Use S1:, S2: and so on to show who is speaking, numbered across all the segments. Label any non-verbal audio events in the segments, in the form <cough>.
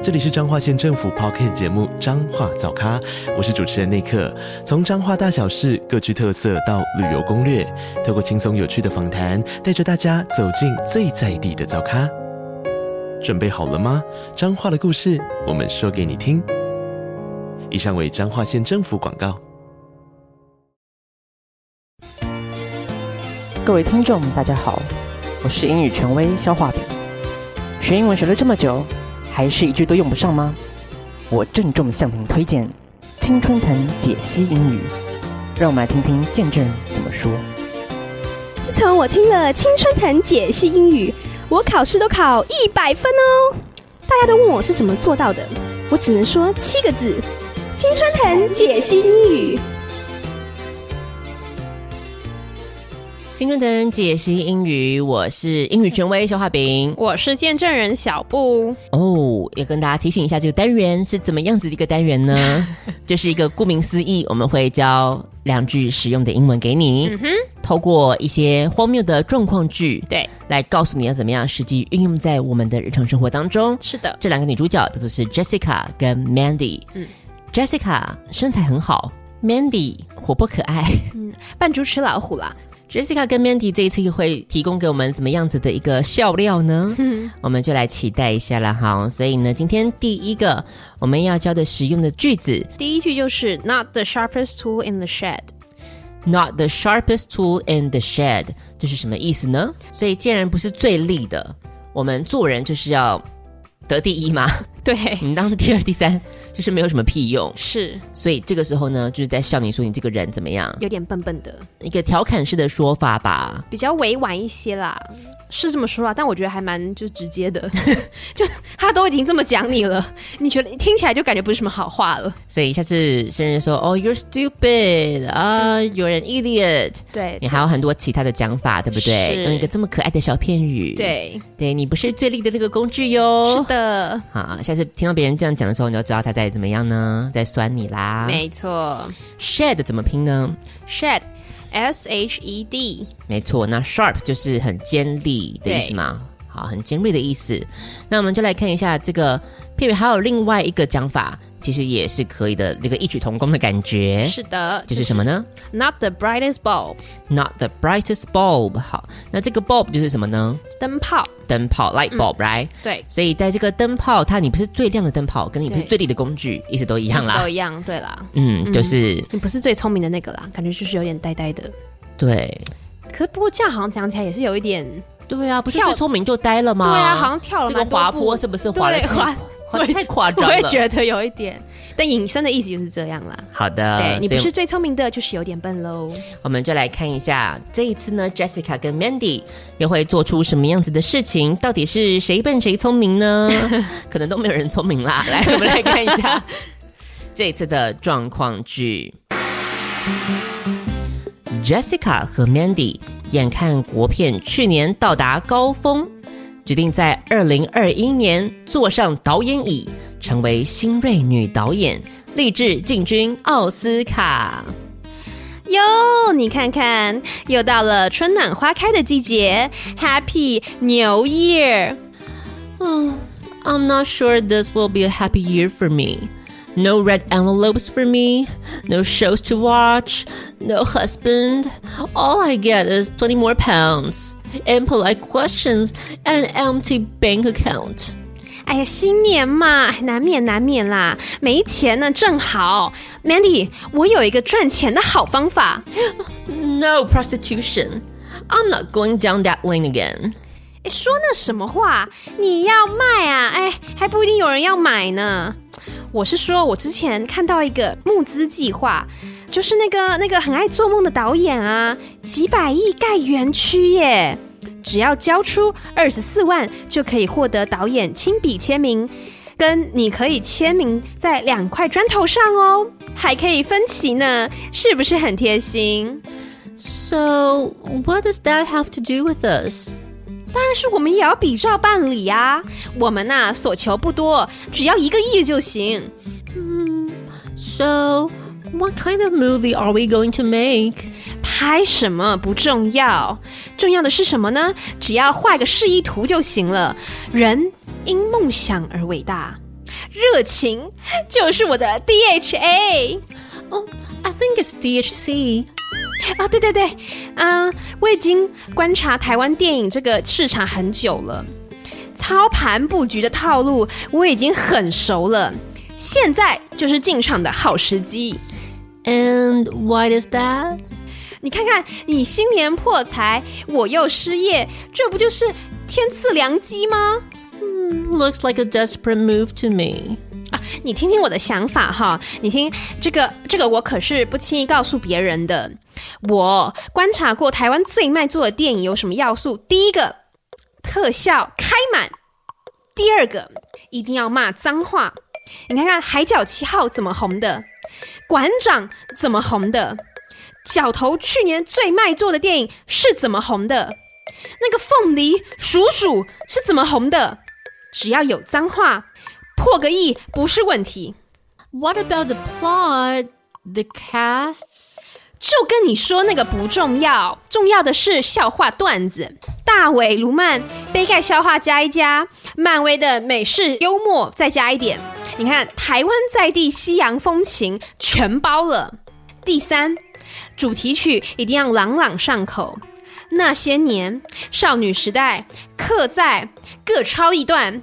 S1: 这里是彰化县政府 p o c k t 节目《彰化早咖》，我是主持人内克。从彰化大小事各具特色到旅游攻略，透过轻松有趣的访谈，带着大家走进最在地的早咖。准备好了吗？彰化的故事，我们说给你听。以上为彰化县政府广告。
S2: 各位听众，大家好，我是英语权威肖化饼。学英文学了这么久，还是一句都用不上吗？我郑重向您推荐《青春藤解析英语》，让我们来听听见证人怎么说。
S3: 自从我听了青春藤解析英语，我考试都考一百分哦。大家都问我是怎么做到的，我只能说七个字：青春藤解析英语。
S4: 青春藤解析英语，我是英语权威肖化饼。
S5: 我是见证人小布，
S4: 哦，要跟大家提醒一下，这个单元是怎么样子的一个单元呢？
S5: <laughs>
S4: 这是一个顾名思义，我们会教两句实用的英文给你，
S5: 嗯哼，
S4: 透过一些荒谬的状况剧，
S5: 对，
S4: 来告诉你要怎么样实际运用在我们的日常生活当中。
S5: 是的，
S4: 这两个女主角，叫做是 Jessica 跟 Mandy。
S5: 嗯
S4: ，Jessica 身材很好，Mandy 活泼可爱。
S5: 扮猪吃老虎啦。
S4: Jessica 跟 Mandy 这一次会提供给我们怎么样子的一个笑料呢？我们就来期待一下啦哈。所以呢，今天第一个我们要教的实用的句子
S5: 第一句就是 Not the sharpest tool in the shed，
S4: ，not the sharpest tool in the shed，这是什么意思呢？所以既然不是最利的，我们做人就是要得第一嘛，
S5: 对，
S4: 你当第二、第三就是没有什么屁用。
S5: 是
S4: 所以这个时候呢，就是在笑你说你这个人怎么样，
S5: 有点笨笨的，
S4: 一个调侃式的说法吧。
S5: 比较委婉一些啦。是这么说啦，但我觉得还蛮就直接 <laughs> 的，就他都已经这么讲你了，你觉得听起来就感觉不是什么好话了。
S4: 所以下次生人说哦，you're stupid 啊、y o u r e an idiot，
S5: 对
S4: 你，还有很多其他的讲法，对不对？
S5: 是
S4: 用一个这么可爱的小片语，，
S5: 对，
S4: 对你不是最利的那个工具哟
S5: 是。的，
S4: 好，下次听到别人这样讲的时候，你就知道他在怎么样呢，在酸你啦。
S5: 没错
S4: shed 怎么拼呢？
S5: ，shed，s h e d，
S4: 没错，那 sharp 就是很尖利的
S5: 对
S4: 意思嘛，好，很尖锐的意思。那我们就来看一下这个片语，还有另外一个讲法，其实也是可以的，这个异曲同工的感觉。
S5: 是的，
S4: 就是什么呢？
S5: Not the brightest bulb，
S4: Not the brightest bulb。好，那这个 bulb 就是什么呢？
S5: 灯泡，
S4: 灯泡 light bulb、right？
S5: 对，
S4: 所以在这个灯泡，它你不是最亮的灯泡，跟你不是
S5: 对
S4: 最利的工具，意思都一样
S5: 意思
S4: 啦
S5: 都。一样，对啦。
S4: 嗯，就是、
S5: 你不是最聪明的那个啦，感觉就是有点呆呆的。
S4: 对
S5: 可是不过这样好像讲起来也是有一点，
S4: 对啊，不是
S5: 跳
S4: 最聪明就呆了吗？
S5: 对啊，好像跳了
S4: 这个
S5: 蛮多步
S4: 滑坡是不是滑了
S5: 对
S4: <laughs>
S5: 滑？
S4: 滑得太夸
S5: 我
S4: 张
S5: 也
S4: 了。
S5: 觉得有一点，但引申的意思就是这样啦。
S4: 好的
S5: 对，你
S4: 呃所
S5: 不
S4: 以
S5: 是最聪明的，就是有点笨喽。
S4: 我们就来看一下，这一次呢，Jessica 跟 Mandy 又会做出什么样子的事情？到底是谁笨谁聪明 <laughs> 呢？可能都没有人聪明啦。来， <laughs> 我们来看一下 <laughs> 这一次的状况剧。Jessica 和 Mandy 眼看国片去年到达高峰，决定在二零二一年坐上导演椅，成为新锐女导演，立志进军奥斯卡。
S5: <laughs> 哟，你看看，又到了春暖花开的季节，Happy New Year！
S4: I'm not sure this will be a happy year for me. No red envelopes for me, no shows to watch, no husband. All I get is 20 more pounds, impolite questions, and an empty bank account.
S5: 哎呀，新年嘛，难免难免啦，没钱呢正好。Mandy，我有一个赚钱的好方法。
S4: No prostitution. I'm not going down that lane again.
S5: 诶哎说那什么话？你要卖啊？哎，还不一定有人要买呢。我是说，我之前看到一个募资计划，就是那个那个很爱做梦的导演啊，几百亿盖园区耶，只要交出二十四万就可以获得导演亲笔签名，跟你可以签名在两块砖头上哦，还可以分期呢，是不是很贴心？
S4: So, what does that have to do with us?
S5: 当然是我们也要比照办理啊。我们呐、所求不多，只要一个亿就行。
S4: So, what kind of movie are we going to make?
S5: 拍什么不重要，重要的是什么呢？只要画个示意图就行了。人因梦想而伟大，热情就是我的 DHA
S4: Oh, I think it's DHC.
S5: 啊！对对对，啊，我已经观察台湾电影这个市场很久了，操盘布局的套路我已经很熟了，现在就是进场的好时机。
S4: And why is that?
S5: 你看看，你新年破财，我又失业，这不就是天赐良机吗？
S4: Looks like a desperate move to me.
S5: 啊，你听听我的想法哈，你听这个这个，我可是不轻易告诉别人的。我观察过台湾最卖座的电影有什么要素？第一个，特效开满；第二个，一定要骂脏话。你看看《海角七号》怎么红的，《馆长》怎么红的，《角头》去年最卖座的电影是怎么红的？那个凤梨鼠鼠是怎么红的？只要有脏话，破个亿不是问题。
S4: What about the plot? The casts?
S5: 就跟你说那个不重要，重要的是笑话段子。大伟、卢曼、杯盖笑话加一加，漫威的美式幽默再加一点。你看，台湾在地西洋风情全包了。第三，主题曲一定要朗朗上口。那些年，少女时代，刻在各抄一段。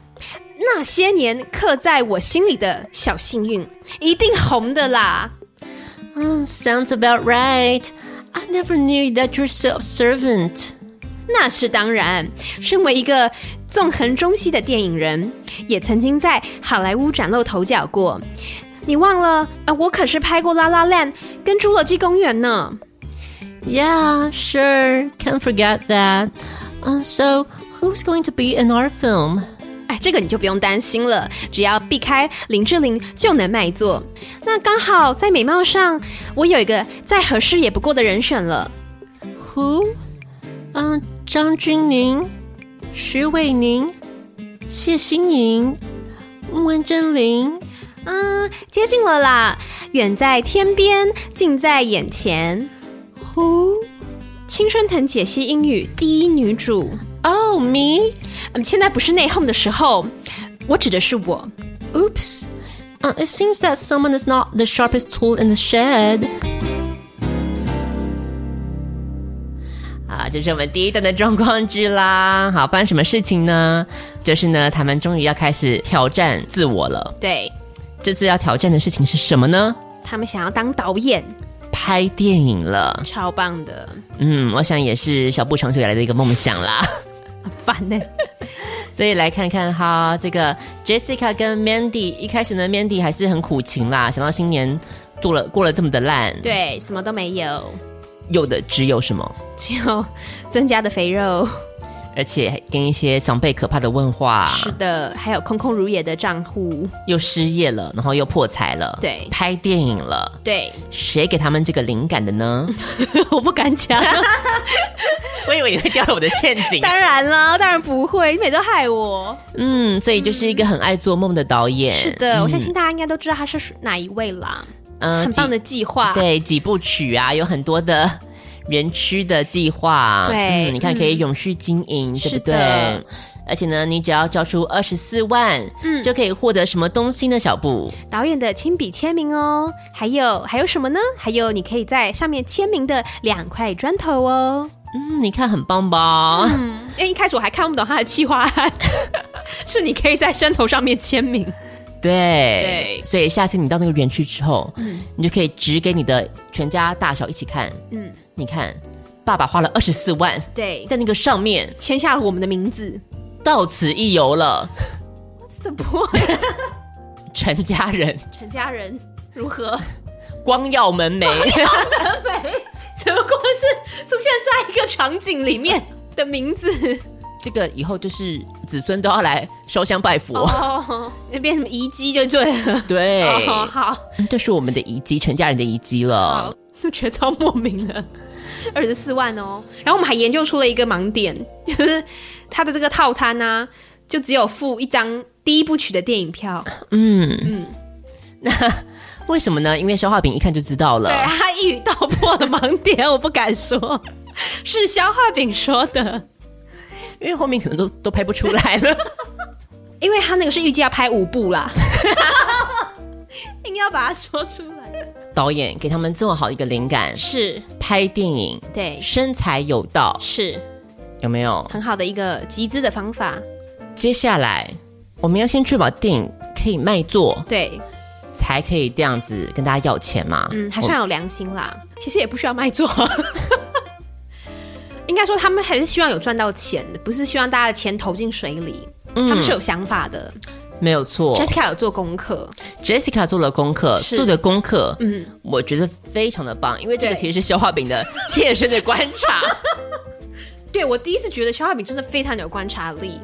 S5: 那些年刻在我心里的小幸运，一定红的啦。
S4: Mm, sounds about right. I never knew that you're so observant.
S5: 那是当然。身为一个纵横中西的电影人，也曾经在好莱坞崭露头角过。你忘了？呃，我可是拍过《拉拉 land》跟《侏罗纪公园》呢。
S4: Yeah, sure. Can't forget that. Uh, so, who's going to be in our film?
S5: 哎，这个你就不用担心了，只要避开林志玲就能卖座。那刚好在美貌上，我有一个再合适也不过的人选了。
S4: Who? Uh, 张钧甯, Xu Weining, Xie Xingying, Wen Zhenling.
S5: 嗯，接近了啦，远在天边，近在眼前。
S4: Who?
S5: 青春藤解析英语第一女主，
S4: Oh, me?
S5: 嗯，现在不是内讧的时候，我指的是我。
S4: Oops. Uh, it seems that someone is not the sharpest tool in the shed. 啊，这是我们第一段的状况剧啦。好，发生什么事情呢？就是呢，他们终于要开始挑战自我了。
S5: 对
S4: 这次要挑战的事情是什么呢？
S5: 他们想要当导演，
S4: 拍电影了。
S5: 超棒的，
S4: 嗯，我想也是小布长久以来的一个梦想啦。 <laughs>
S5: 很烦欸呢、
S4: 所以来看看哈，这个 Jessica 跟 Mandy 一开始呢，Mandy 还是很苦情啦，想到新年做了过了这么的烂，，
S5: 对，什么都没有，
S4: 有的只有什么，
S5: 只有增加的肥肉。
S4: 而且还跟一些长辈可怕的问话，
S5: 是的，还有空空如也的账户。
S4: 又失业了，然后又破财了，
S5: 对
S4: 拍电影了，
S5: 对，
S4: 谁给他们这个灵感的
S5: <laughs>
S4: 呢？我不敢讲， <laughs> 我以为你会掉入我的陷阱。
S5: 当然了，当然不会，你每次都害我。
S4: 嗯，所以就是一个很爱做梦的导演，
S5: 嗯是的，我相信大家应该都知道他是哪一位啦。
S4: 嗯
S5: 很棒
S4: 几
S5: 的计划，
S4: 对，几部曲啊，有很多的园区的计划。
S5: 对
S4: 嗯你看可以永续经营，对不
S5: 是
S4: 对
S5: 的？
S4: 而且呢，你只要交出二十四万，嗯，就可以获得什么东西呢？小布，
S5: 导演的亲笔签名哦，还有还有什么呢？还有你可以在上面签名的两块砖头哦。
S4: 嗯，你看很棒吧？
S5: 因为一开始我还看不懂他的企划案，是你可以在山头上面签名。
S4: <laughs> 对
S5: 对
S4: 所以下次你到那个园区之后，你就可以指给你的全家大小一起看。
S5: 嗯，
S4: 你看，爸爸花了二十四万
S5: 对，
S4: 在那个上面，
S5: 签下了我们的名字。
S4: 到此一游了，
S5: What's the point？
S4: 全家人 <laughs>
S5: 陈家人如何？
S4: 光耀门
S5: <laughs>
S4: 楣。
S5: 只不过是出现在一个场景里面的名字
S4: 这个以后就是子孙都要来烧香拜佛，
S5: 哦，那变什么遗迹就对了。
S4: 对，
S5: 哦，好，
S4: 嗯这是我们的遗迹，全家人的遗迹了。
S5: 就觉得超莫名的。哦二十四万哦。然后我们还研究出了一个盲点， <laughs> 就是它的这个套餐呢、就只有附一张第一部曲的电影票。
S4: 为什么呢？因为消化饼一看就知道了。
S5: 对啊他一语道破了盲点，我不敢说，是消化饼说的，
S4: 因为后面可能都都拍不出来
S5: <laughs>
S4: 了。
S5: 因为他那个是预计要拍五部啦， <laughs> 硬要把它说出来，
S4: 导演给他们这么好一个灵感，
S5: 是
S4: 拍电影，
S5: 对
S4: 身材有道，
S5: 是
S4: 有没有？
S5: 很好的一个集资的方法，
S4: 接下来我们要先确保电影可以卖座，
S5: 对，
S4: 才可以这样子跟大家要钱嘛。
S5: 嗯，还算有良心啦，哦其实也不需要卖座。 <laughs> 应该说，他们还是希望有赚到钱的，不是希望大家的钱投进水里。他们是有想法的。
S4: 没有错
S5: Jessica 有做功课，
S4: ，Jessica 做了功课，
S5: 是
S4: 做的功课，
S5: 嗯，
S4: 我觉得非常的棒，因为这个
S5: 对
S4: 其实是消化饼的切身的观
S5: <laughs>
S4: 察。
S5: 对我第一次觉得消化饼真的非常有观察力。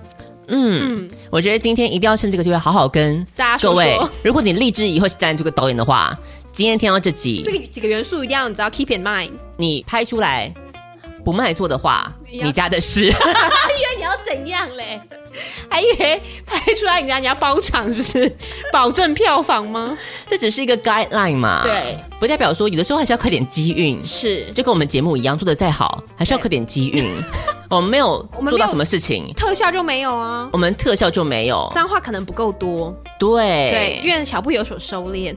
S4: 我觉得今天一定要趁这个机会好好跟
S5: 大家说
S4: 各位
S5: 说，
S4: 如果你立志以后是担任这个导演的话，今天听到这集，
S5: 这个几个元素一定要你知道 keep in mind。
S4: 你拍出来不卖座的话，
S5: 要
S4: 你家的事。
S5: 以为你要怎样嘞？还以为拍出来人家你要包场是不是？保证票房吗？
S4: 这只是一个 guideline 嘛，
S5: 对，
S4: 不代表说有的时候还是要靠点机运，
S5: 是
S4: 就跟我们节目一样，做的再好，还是要靠点机运。我们没有
S5: <laughs> 我们没有
S4: 做到什么事情，
S5: 特效就没有啊，
S4: 我们特效就没有。
S5: 脏话可能不够多。对，
S4: 对，
S5: 愿小布有所收敛。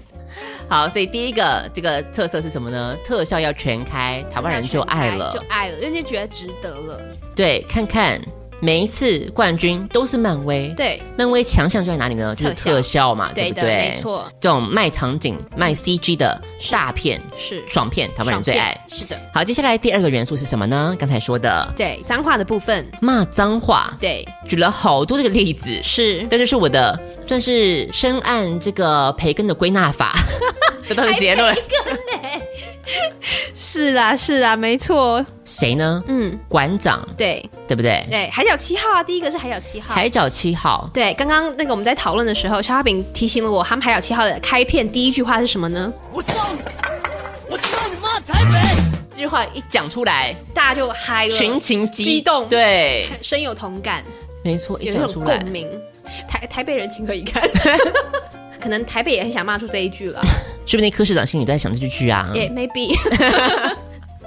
S4: 好，所以第一个这个特色是什么呢？特效要全开，台湾人就爱了
S5: 就。爱了，人家觉得值得了。
S4: 对，看看每一次冠军都是漫威。。
S5: 对，
S4: 漫威强项就在哪里呢？就是
S5: 特效
S4: 特效嘛，
S5: 对
S4: 不
S5: 的
S4: 对？
S5: 没错，
S4: 这种卖场景、卖 CG 的大片、
S5: 是
S4: 爽片，台湾人最爱。
S5: 是的，
S4: 好，接下来第二个元素是什么呢？刚才说的
S5: 对脏话的部分，
S4: 骂脏话，
S5: 对
S4: 举了好多这个例子，
S5: 是。
S4: 但这是我的算是深谙这个培根的归纳法 <laughs> 得到的结论。
S5: 是啦，是啦，没错，
S4: 谁呢？
S5: 嗯，
S4: 馆长，
S5: 对
S4: 对不对？
S5: 对，海角七号啊，第一个是海角七号，
S4: 海角七号，
S5: 对，刚刚那个我们在讨论的时候，肖化饼提醒了我，他们海角七号的开片第一句话是什么呢？
S4: 这句话一讲出来，
S5: 大家就嗨了，
S4: 群情激
S5: 激动
S4: 对，
S5: 深有同感，
S4: 没错，一
S5: 有嗯
S4: 讲
S5: 那
S4: 出
S5: 种
S4: 来
S5: 共，鸣。台台北人情何以 <laughs> 堪？可能台北也很想骂出这一句了，
S4: 说不定柯市长心里都在想这句句啊。
S5: 也、maybe。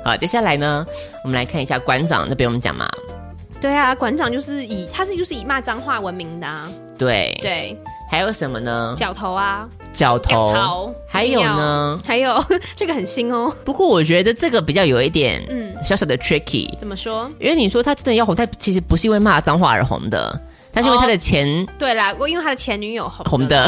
S4: 好，接下来呢，我们来看一下馆长，那不用我们讲嘛。
S5: <laughs> 对啊，馆长就是以他是就是以骂脏话闻名的啊，
S4: 对，
S5: 对，
S4: 还有什么呢？
S5: 脚头啊，
S4: 脚
S5: 脚
S4: 头
S5: 头，
S4: 还有呢？
S5: 还有 <laughs> 这个很新哦，
S4: 不过我觉得这个比较有一点，嗯
S5: 嗯，
S4: 小小的 tricky，
S5: 怎么说？
S4: 因为你说他真的要红，他其实不是因为骂脏话而红的，他是因为他的钱
S5: 对啦，我因为他的前女友红了
S4: 红的，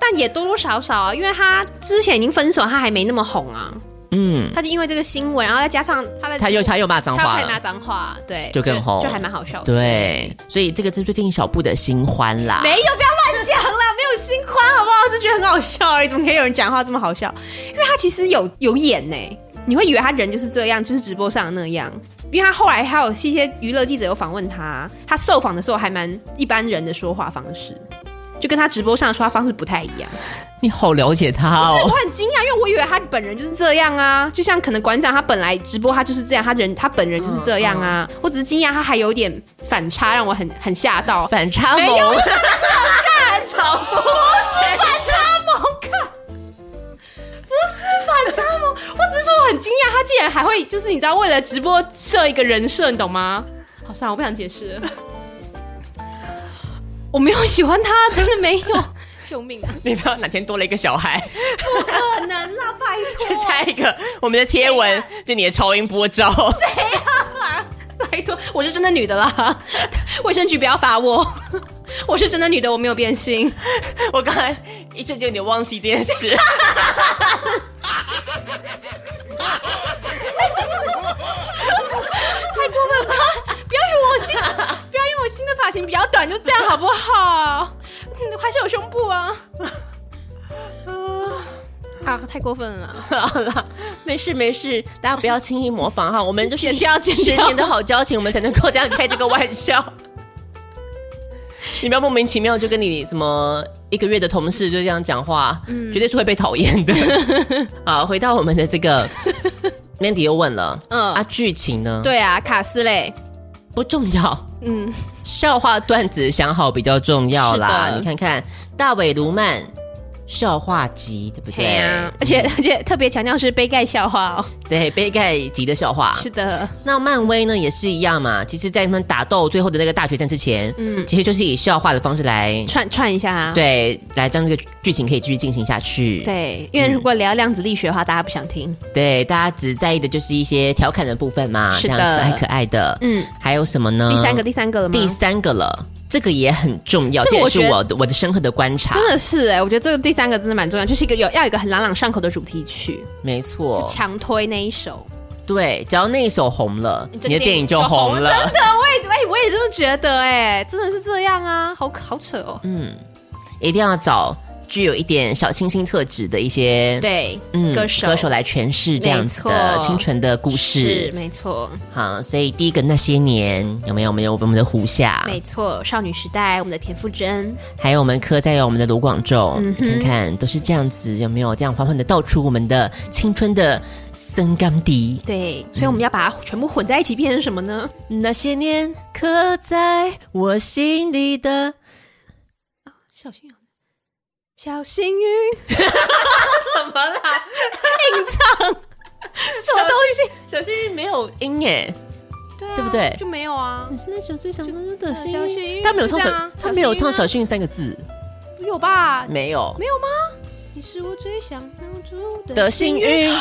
S5: 但也多多少少啊，因为他之前已经分手，他还没那么红啊。
S4: <laughs> 嗯，
S5: 他就因为这个新闻，然后再加上他的
S4: 他
S5: <laughs>
S4: 又他又骂脏
S5: 他又
S4: 话
S5: 开始骂
S4: 了，
S5: 脏话，对，
S4: 就更红
S5: 就还蛮好笑的。，
S4: 对，所以这个是最近小布的新欢啦，
S5: <laughs> 没有，不要乱讲啦，没有新宽好不好？是觉得很好笑而已，怎么可以有人讲话这么好笑？因为他其实有有演呢、你会以为他人就是这样，就是直播上的那样。因为他后来还有一些娱乐记者有访问他，他受访的时候还蛮一般人的说话方式，就跟他直播上的说话方式不太一样。
S4: 你好了解他
S5: 我
S4: 哦，
S5: 很惊讶，因为我以为他本人就是这样啊，就像可能馆长他本来直播他就是这样，他人他本人就是这样啊。我只是惊讶他还有点反差，让我很很吓到。
S4: <laughs> 反差
S5: 没有
S4: 萌，
S5: 超不是反差萌，看，不是反差萌，我只是说我很惊讶，他竟然还会就是你知道为了直播设一个人设，你懂吗？好，算了，我不想解释了。我没有喜欢他，真的没有，救命啊！
S4: 你不要哪天多了一个小孩， <laughs>
S5: 不可能啦，拜
S4: 再加一个我们的贴文，就你的超音波照，
S5: 拜托，我是真的女的啦，卫生局不要罚我。我是真的女的，我没有变性。
S4: <laughs> 我刚才一瞬间有点忘记这件事，
S5: 不要以为我新，不要因为我新的发型比较短就这样好不好？嗯还是有胸部啊。啊，太过分了！
S4: 好了，没事没事，大家不要轻易模仿哈，我们就是
S5: 剪掉剪
S4: 十
S5: 掉
S4: 年的好交情，我们才能够这样开这个玩笑。你不要莫名其妙就跟你什么一个月的同事
S5: 嗯 <laughs>
S4: 就这样讲话，绝对是会被讨厌的。啊，回到我们的这个 Mandy 又问了，
S5: 嗯
S4: 啊，剧情呢？，
S5: 对啊，卡斯嘞，
S4: 不重要，
S5: 嗯，
S4: 笑话段子想好比较重要啦
S5: 是。的
S4: 你看看大尾卢曼笑话集，对不
S5: 对
S4: 对？
S5: 啊，而且而且特别强调是杯盖笑话哦，
S4: 对，杯盖集的笑话。
S5: 是的，
S4: 那漫威呢也是一样嘛。其实，在他们打斗最后的那个大决战之前，嗯，其实就是以笑话的方式来，
S5: 串串一下啊，
S4: 对，来让这个剧情可以继续进行下去。
S5: 对，因为如果聊量子力学的话，大家不想听，
S4: 对，大家只在意的就是一些调侃的部分嘛，
S5: 是
S4: 这
S5: 的
S4: 样子还可爱的。
S5: 嗯，
S4: 还有什么呢？
S5: 第三个第三个了吗？
S4: 第三个了，这个也很重要，这
S5: 这个
S4: 也
S5: 我
S4: 是
S5: 觉得
S4: 我的我的深刻的观察。
S5: 真的是哎、我觉得这个第三个真的蛮重要，就是一个有要有一个很朗朗上口的主题曲，
S4: 没错，
S5: 强推那一首，
S4: 对，只要那一首红了，
S5: 这
S4: 你的电影就红了。
S5: 真的，我也哎、我也这么觉得哎、真的是这样啊，好好扯哦。
S4: 嗯一定要找具有一点小清新特质的一些
S5: 对，
S4: 嗯
S5: 歌手
S4: 歌手来诠释这样子的
S5: 没错
S4: 清纯的故
S5: 是
S4: 事。
S5: 没错，
S4: 好，所以第一个那些年有没有？我们有我们的胡夏，
S5: 没错，少女时代，我们的田馥甄，
S4: 还有我们科，再有我们的卢广仲，
S5: 嗯
S4: 看看都是这样子，有没有这样缓缓的道出我们的青春的森甘迪？
S5: 对，所以我们要把它全部混在一起，变成什么呢？
S4: 那些年刻在我心里的，
S5: 小幸运，小幸
S4: <laughs>
S5: 运，什么啦？硬唱，什么东西？
S4: 小幸运没有音耶，
S5: 对啊
S4: 对不对
S5: 就没有啊，
S4: 那首最想说的
S5: 幸运
S4: 他没有唱
S5: 就
S4: 小
S5: 这样啊，
S4: 他没有唱
S5: 小幸
S4: 小幸
S5: 运啊
S4: 运三个字，
S5: 有吧？
S4: 没有
S5: 没有吗？你是我最想留住
S4: 的幸运，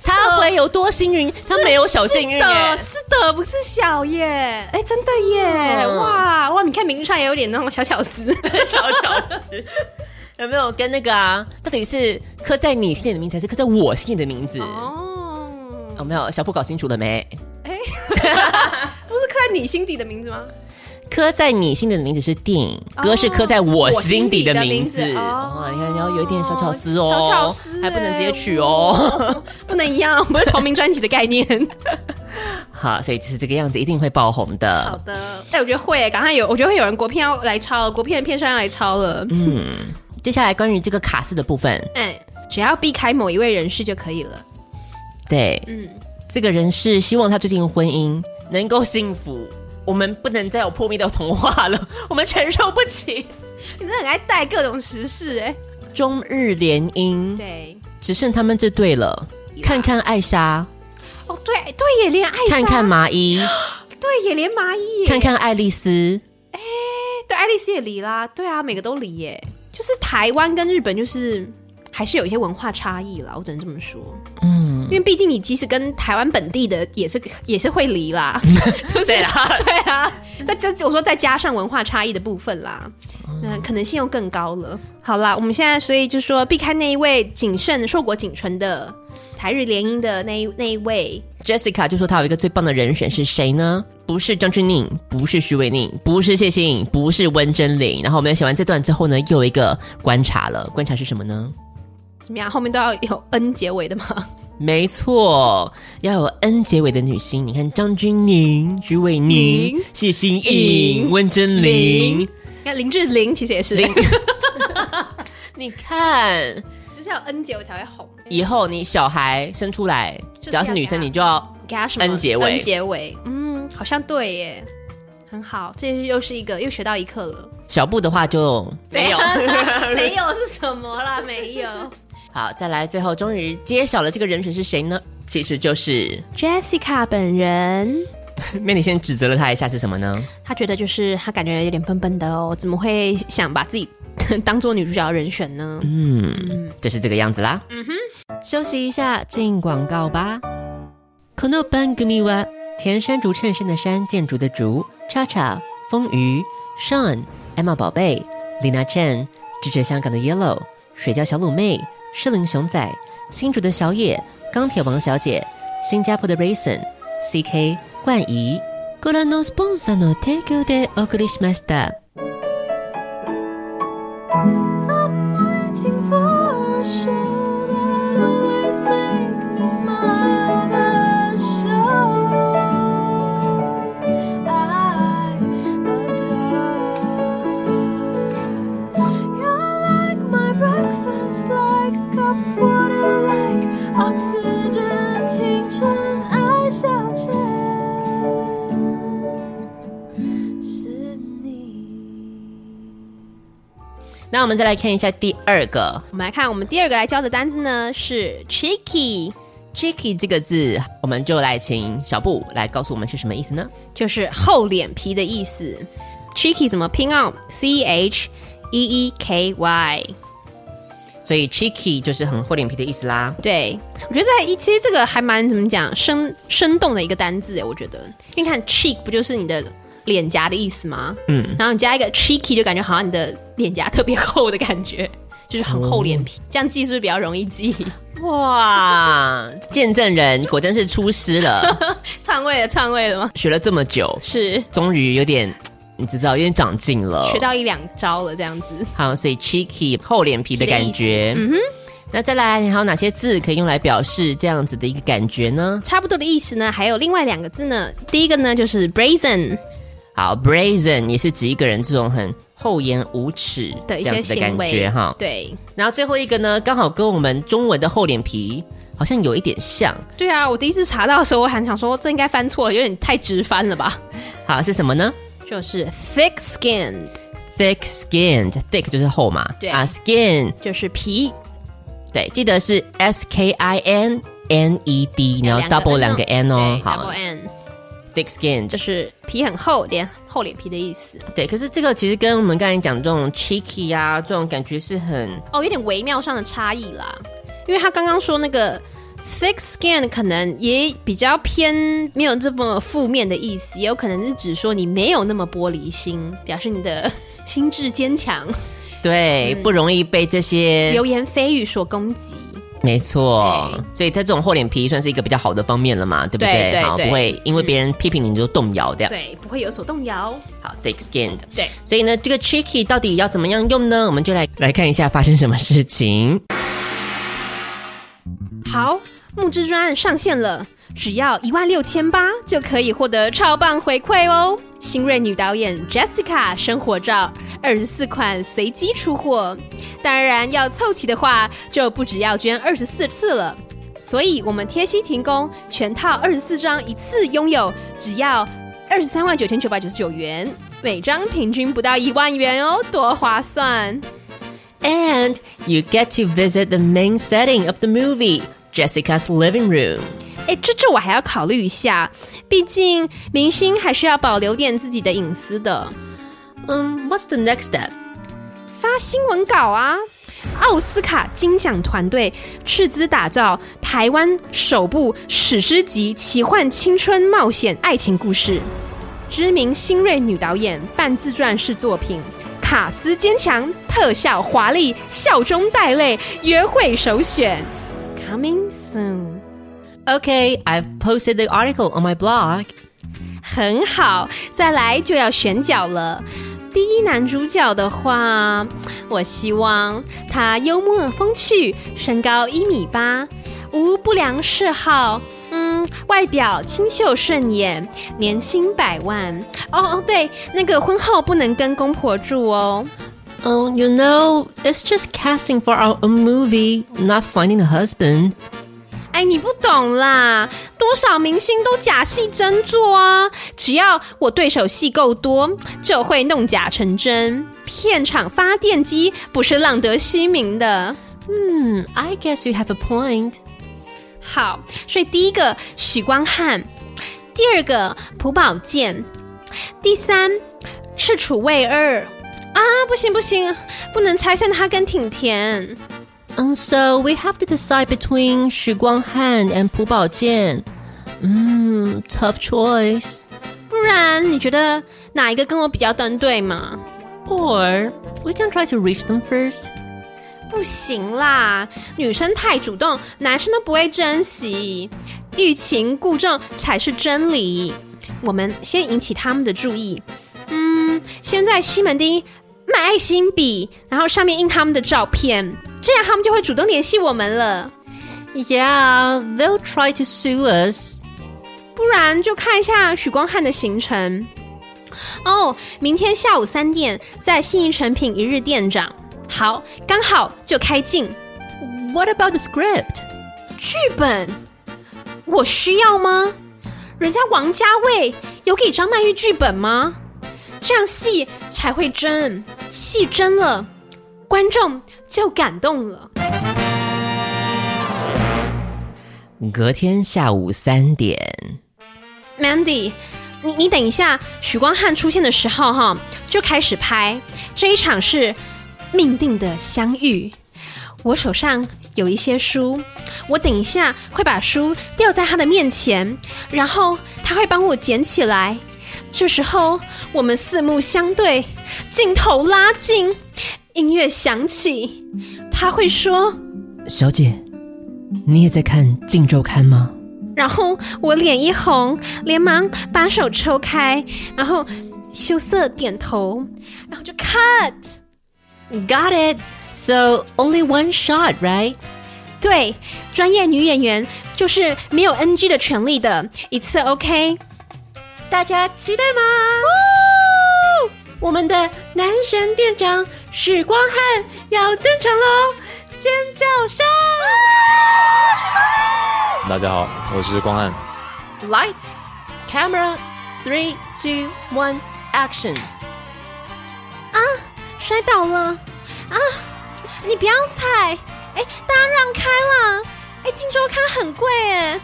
S4: 他会有多幸运？他没有小幸运
S5: 是的，
S4: 耶，
S5: 是的，不是小耶，哎，真的耶，
S4: 嗯
S5: 哇哇，你看名唱也有点那种小巧思，
S4: 小
S5: <laughs>
S4: 巧思。有没有跟那个啊？到底是刻在你心里的名字，还是刻在我心里的名字？
S5: 哦，
S4: 有没有小布搞清楚了没？
S5: 不是刻在你心底的名字吗？
S4: 刻在你心里的名字是电影，歌是刻在我心底的名字。
S5: 哦我心底的名字
S4: 哦
S5: 哦，
S4: 你看，你要有一点小巧思哦，
S5: 小巧思
S4: 还不能直接取哦。
S5: <laughs> 不能一样，不是同名专辑的概念。
S4: 好，所以就是这个样子，一定会爆红
S5: <laughs> 好
S4: 的。
S5: 的，哎，我觉得会，赶快有，我觉得会有人国片要来抄，国片的片商要来抄了。
S4: 嗯接下来关于这个卡斯的部分，
S5: 哎，只要避开某一位人士就可以了。
S4: 对，
S5: 嗯，
S4: 这个人是希望他最近婚姻能够幸福。我们不能再有破灭的童话了，我们承受不起。
S5: 你真的很爱带各种时事哎。
S4: 中日联姻
S5: 对，
S4: 只剩他们这对了，看看艾莎，
S5: 哦对对也连艾莎，
S4: 看看麻衣，
S5: 对也连麻衣耶，
S4: 看看爱丽丝。
S5: 对爱丽丝也离啦，对啊，每个都离耶。就是台湾跟日本就是。还是有一些文化差异啦，我只能这么说。嗯，因为毕竟你即使跟台湾本地的也是也是会离 <laughs> 啦，就是
S4: 对啦，
S5: <laughs> 对啊，那这我说再加上文化差异的部分啦，嗯、可能性又更高了。好啦，我们现在所以就说避开那一位谨慎硕果仅存的台日联姻的那一那一位，
S4: Jessica 就说她有一个最棒的人选是谁呢？不是张钧甯，不是徐伟宁，不是谢欣颖，不是温真菱。然后我们写完这段之后呢，又有一个观察了，观察是什么呢？
S5: 怎么样？后面都要有 N 结尾的吗？ <laughs>
S4: 没错，要有 N 结尾的女星。你看张钧甯、徐伟宁、谢欣颖、
S5: 宁
S4: 温真菱
S5: 菱，你看林志玲其实也是，就
S4: 你看
S5: 是要 N 结尾才会红，
S4: 以后你小孩生出来，
S5: 就是
S4: 只要是女生，
S5: 要给她
S4: 你就要
S5: 给他什么
S4: N 结尾
S5: N 结尾，嗯，好像对耶，很好，这又是一个又学到一课了。
S4: 小布的话就没
S5: <laughs>
S4: 有。
S5: 没有是什么啦？没有
S4: 好，再来，最后终于揭晓了这个人选是谁呢？其实就是 <laughs>
S5: ，Jessica 本人。
S4: Mandy 先指责了他一下是什么呢？
S5: 他觉得就是他感觉有点笨笨的哦，怎么会想把自己当做女主角的人选呢？
S4: 嗯，就是这个样子啦。嗯哼，休息一下，进广告吧。この番組は田山竹衬衫的山建筑的竹叉叉风鱼 Sean Emma 宝贝 Lina Chen 支持香港的 Yellow 水饺小卤妹士林熊仔新竹的小野钢铁王小姐新加坡的 Raisin CK 冠仪ご覧のスポンサーの提供でお送りしました。
S6: waiting for a show that always make me smile. The show I adore. You're like my breakfast, like a cup of water, like oxygen, 青春
S4: 那我们再来看一下第二个
S5: 我们来看我们第二个来教的单字呢是 cheeky，
S4: “cheeky” 这个字，我们就来请小布来告诉我们是什么意思呢？
S5: 就是厚脸皮的意思。cheeky 怎么拼啊？c h e e k y。
S4: 所以 “cheeky” 就是很厚脸皮的意思啦。
S5: 对，我觉得在其实这个还蛮怎么讲生生动的一个单字诶，我觉得，因为看 cheek 不就是你的脸颊的意思吗？嗯，然后你加一个 cheeky 就感觉好像你的脸颊特别厚的感觉， <laughs> 就是很厚脸
S4: 哦
S5: 皮，这样记是不是比较容易记？ <laughs>
S4: 哇，见证人果真是出师了， <laughs>
S5: 篡位了，篡位了吗？
S4: 学了这么久，
S5: 是
S4: 终于有点，你知道，有点长进了。
S5: 学到一两招了，这样子。
S4: 好，所以 cheeky 厚脸皮的感觉。嗯哼。那再来，你还有哪些字可以用来表示这样子的一个感觉呢？
S5: 差不多的意思呢，还有另外两个字呢。第一个呢就是 brazen
S4: 好，brazen 也是指一个人这种很厚颜无耻
S5: 的
S4: 这
S5: 一
S4: 样
S5: 些
S4: 子的感
S5: 行为
S4: 觉哈。
S5: 对
S4: 然后最后一个呢，刚好跟我们中文的厚脸皮好像有一点像。
S5: 对啊，我第一次查到的时候，我还想说这应该翻错了，有点太直翻了吧？
S4: 好，是什么呢
S5: 就是 thick skin，
S4: ？thick skinned，thick 就是厚嘛，
S5: 对
S4: 啊，skin
S5: 就是皮，
S4: 对，记得是 s k i n n e d，然后
S5: 两个嗯
S4: double 两个 n 哦，
S5: 对
S4: 好
S5: ，double n
S4: ，thick skin 就
S5: 就是是皮很厚，脸厚脸皮的意思。
S4: 对。可是这个其实跟我们刚才讲这种 cheeky 啊，这种感觉是很
S5: 哦，有点微妙上的差异啦，因为他刚刚说那个 thick skin 可能也比较偏没有这么负面的意思，也有可能是指说你没有那么玻璃心，表示你的 <laughs> 心智坚强，嗯
S4: 对，不容易被这些
S5: 流言蜚语所攻击。
S4: 没错，所以他这种厚脸皮算是一个比较好的方面了嘛，对不对？
S5: 对对
S4: 好，
S5: 对嗯
S4: 不会因为别人批评你就动摇掉。
S5: 对，不会有所动摇。
S4: 好，thick skinned。
S5: 对，
S4: 所以呢，这个 cheeky 到底要怎么样用呢？我们就来来看一下发生什么事情。
S5: 好，募资专案上线了，只要一万六千八就可以获得超棒回馈哦！新锐女导演 Jessica 生活照二十四款随机出货，当然要凑齐的话，就不只要捐二十四次了。所以我们贴息提供全套二十四张一次拥有，只要二十三万九千九百九十九元，每张平均不到一万元哦，多划算！
S4: And you get to visit the main setting of the movie, Jessica's living room.
S5: 哎，这这我还要考虑一下，毕竟明星还是要保留点自己的隐私的。
S4: 嗯、w h a t s Um, the next step?
S5: 发新闻稿啊！奥斯卡金奖团队斥资打造台湾首部史诗级奇幻青春冒险爱情故事，知名新锐女导演半自传式作品，卡斯坚强，特效华丽，笑中带泪，约会首选。Coming soon。
S4: Okay, I've posted the article on my blog.
S5: 很好，再来就要选角了。第一男主角的话，我希望他幽默风趣，身高一米八，无不良嗜好，嗯，外表清秀顺眼，年薪百万。哦哦，对，那个婚后不能跟公婆住哦。
S4: Oh, you know, it's just casting for our own movie, not finding a husband.
S5: 哎，你不懂啦，多少明星都假戏真做啊！只要我对手戏够多，就会弄假成真。片场发电机不是浪得虚名的。
S4: Hmm, I guess you have a point.
S5: 好，所以第一个许光汉，第二个朴宝剑，第三是楚卫二。啊，不行不行，不能拆散他跟挺田。
S4: And Um, so we have to decide between Xu Guanghan and Pu Baojian. Mmm, tough choice.
S5: 不然你觉得哪一个跟我比较登对吗？
S4: Or we can try to reach them first.
S5: 不行啦，女生太主动，男生都不会珍惜。欲擒故纵才是真理。我们先引起他们的注意，嗯，先在西门町卖爱心笔，然后上面印他们的照片，这样他们就会主动联系我们了。
S4: Yeah, they'll try to sue us.
S5: 不然就看一下许光汉的行程。哦，明天下午三点在信义成品一日店长，好，刚好就开镜。
S4: What about the script?
S5: 剧本，我需要吗？人家王家卫有给张曼玉剧本吗？这样戏才会真，戏真了，观众就感动了。
S4: 隔天下午三点，
S5: Mandy，你你等一下，许光汉出现的时候哈，就开始拍这一场是命定的相遇。我手上有一些书，我等一下会把书掉在他的面前，然后他会帮我捡起来。这时候我们四目相对，镜头拉近，音乐响起，他会说。
S4: 小姐，你也在看《镜周刊》吗？
S5: 然后我脸一红，连忙把手抽开，然后羞涩点头，然后就 cut。
S4: Got it. So only one shot, right?
S5: 对，专业女演员就是没有 NG 的权利的，一次 OK。
S4: 大家期待吗？我们的男神店长许光汉要登场喽！尖叫声
S7: 大家好，我是光汉。
S4: ！Lights, camera, three, two, one, action.
S5: 摔倒了啊！你不要踩，哎，大家让开啦！哎，金周刊很贵哎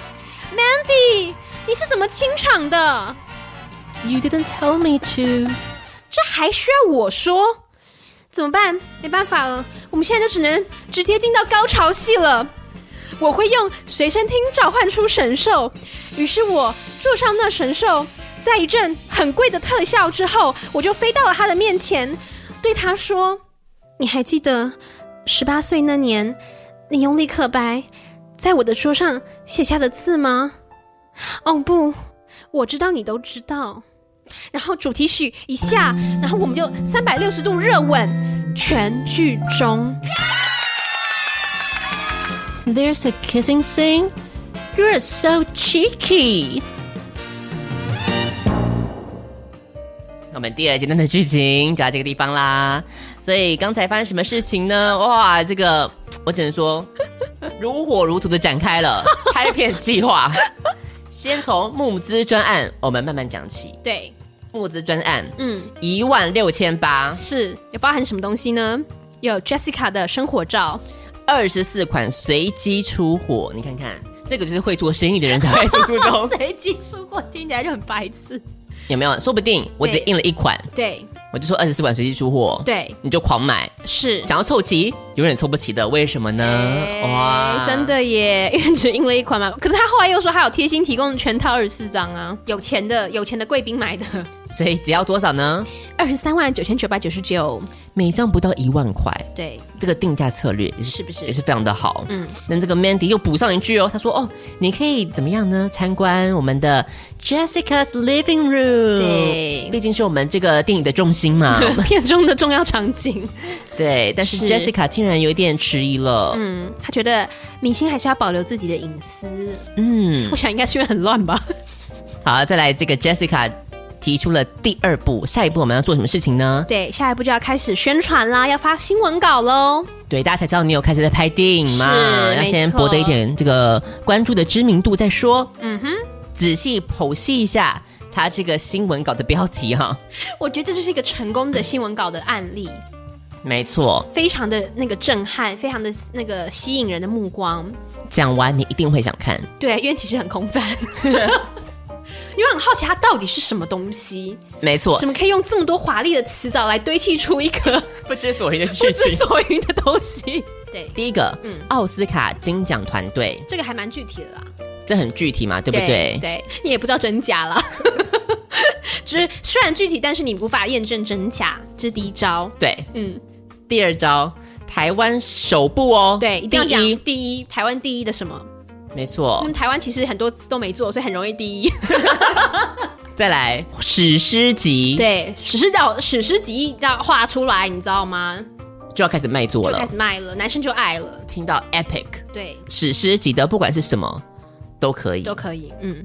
S5: ，Mandy，你是怎么清场的？
S4: You didn't tell me to.
S5: 这还需要我说？怎么办？没办法了，我们现在就只能直接进到高潮戏了。我会用随身听召唤出神兽，于是我坐上那神兽，在一阵很贵的特效之后，我就飞到了他的面前，对他说：“你还记得十八岁那年，你用立可白在我的桌上写下的字吗？”哦不，我知道你都知道。然后主题曲一下，然后我们就三百六十度热吻，全剧终。
S4: There's a kissing scene. You're so cheeky. 那我们第二阶段的剧情就到这个地方啦。所以刚才发生什么事情呢？哇，这个我只能说 <laughs> 如火如荼的展开
S5: <laughs>
S4: 了拍片计划。先从募资专案，我们慢慢讲起。
S5: 对，
S4: 募资专案
S5: 嗯，
S4: 一万六千八，
S5: 是有包含什么东西呢？有 Jessica 的生活照， <laughs>
S4: 二十四款随机出货，你看看，这个就是会做生意的人才会做出这
S5: <laughs>
S4: 种
S5: 随机出货听起来就很白痴。
S4: 有没有？说不定我只印了一款，
S5: 对
S4: 我就说二十四款随机出货，，
S5: 对，
S4: 你就狂买，
S5: 是。哎
S4: 想要凑齐，永远凑不齐的，为什么呢？呃哇，
S5: 真，的耶， <laughs> 因为只印了一款嘛。可是他后来又说他有贴心提供全套二十四张啊，有钱的有钱的贵宾买的，
S4: 所以只要多少呢？
S5: <laughs> 二十三万九千九百九十九。
S4: 每张不到一万块，
S5: 对， <laughs>
S4: 这个定价策略也
S5: 是不是
S4: 也是非常的好？
S5: 嗯
S4: 嗯，那这个 Mandy 又补上一句哦，他说哦，你可以怎么样呢？参观我们的 Jessica's living room，
S5: 对
S4: 毕竟是我们这个电影的重心 <laughs> 嘛，
S5: 片中的重要场景。
S4: 对。但是
S5: 是
S4: Jessica 竟然有点迟疑了，
S5: 嗯，他觉得明星还是要保留自己的隐私。
S4: 嗯
S5: 我想应该是因为很乱吧。
S4: 好，再来这个 Jessica 提出了第二步，下一步我们要做什么事情呢？
S5: 对，下一步就要开始宣传啦，要发新闻稿喽。
S4: 对，大家才知道你有开始在拍电影嘛
S5: 是，
S4: 要
S5: 没
S4: 先
S5: 错
S4: 博得一点这个关注的知名度再说。嗯哼，仔细剖析一下他这个新闻稿的标题哈、
S5: 我觉得这就是一个成功的新闻稿的案例，嗯
S4: 没错，
S5: 非常的那个震撼，非常的那个吸引人的目光。
S4: 讲完你一定会想看。
S5: 对，因为其实很空泛， <laughs> 因为很好奇它到底是什么东西，
S4: 没错
S5: 怎，么可以用这么多华丽的词藻来堆砌出一个
S4: 不知所云的
S5: 不
S4: 剧
S5: 知
S4: 情。
S5: <laughs> 所云的东西？对，
S4: 第一个，
S5: 嗯
S4: 奥斯卡金奖团队，
S5: 这个还蛮具体的啦。
S4: 这很具体嘛，对不
S5: 对
S4: 对？
S5: 你也不知道真假啦。 <laughs> 就是虽然具体，但是你无法验证真假，这是第一招。
S4: 对
S5: 嗯，
S4: 第二招，台湾首部哦，
S5: 对，一定要讲嗯
S4: 第一
S5: 第一，台湾第一的什么？
S4: 没错
S5: 那么，台湾其实很多都没做，所以很容易第一。
S4: 再来史诗级，，
S5: <laughs> 对，史诗到史诗级要画出来，你知道吗？
S4: 就要开始卖座
S5: 就
S4: 了
S5: 开。始卖了，男生就爱了，
S4: 听到 epic
S5: 对，
S4: 史诗级的，不管是什么都可以
S5: 都。可以。嗯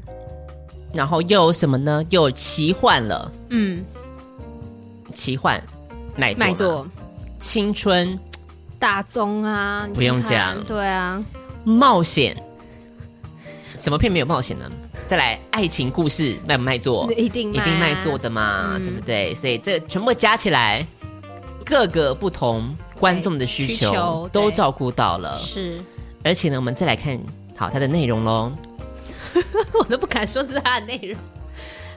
S4: 然后又有什么呢？又有奇幻了，
S5: 嗯，
S4: 奇幻奶座嘛
S5: 卖座
S4: 青春
S5: 大宗啊，你
S4: 不用
S5: 看看
S4: 讲
S5: 对啊，
S4: 冒险，什么片没有冒险呢？再来爱情故事卖不卖座？
S5: 一定啊嗯
S4: 一定卖座的嘛，对不对？所以这全部加起来，各个不同观众的需
S5: 需
S4: 求
S5: 求
S4: 都
S5: 对
S4: 照顾到了。
S5: 是
S4: 而且呢，我们再来看好它的内容喽。
S5: <laughs> 我都不敢说是它的内容。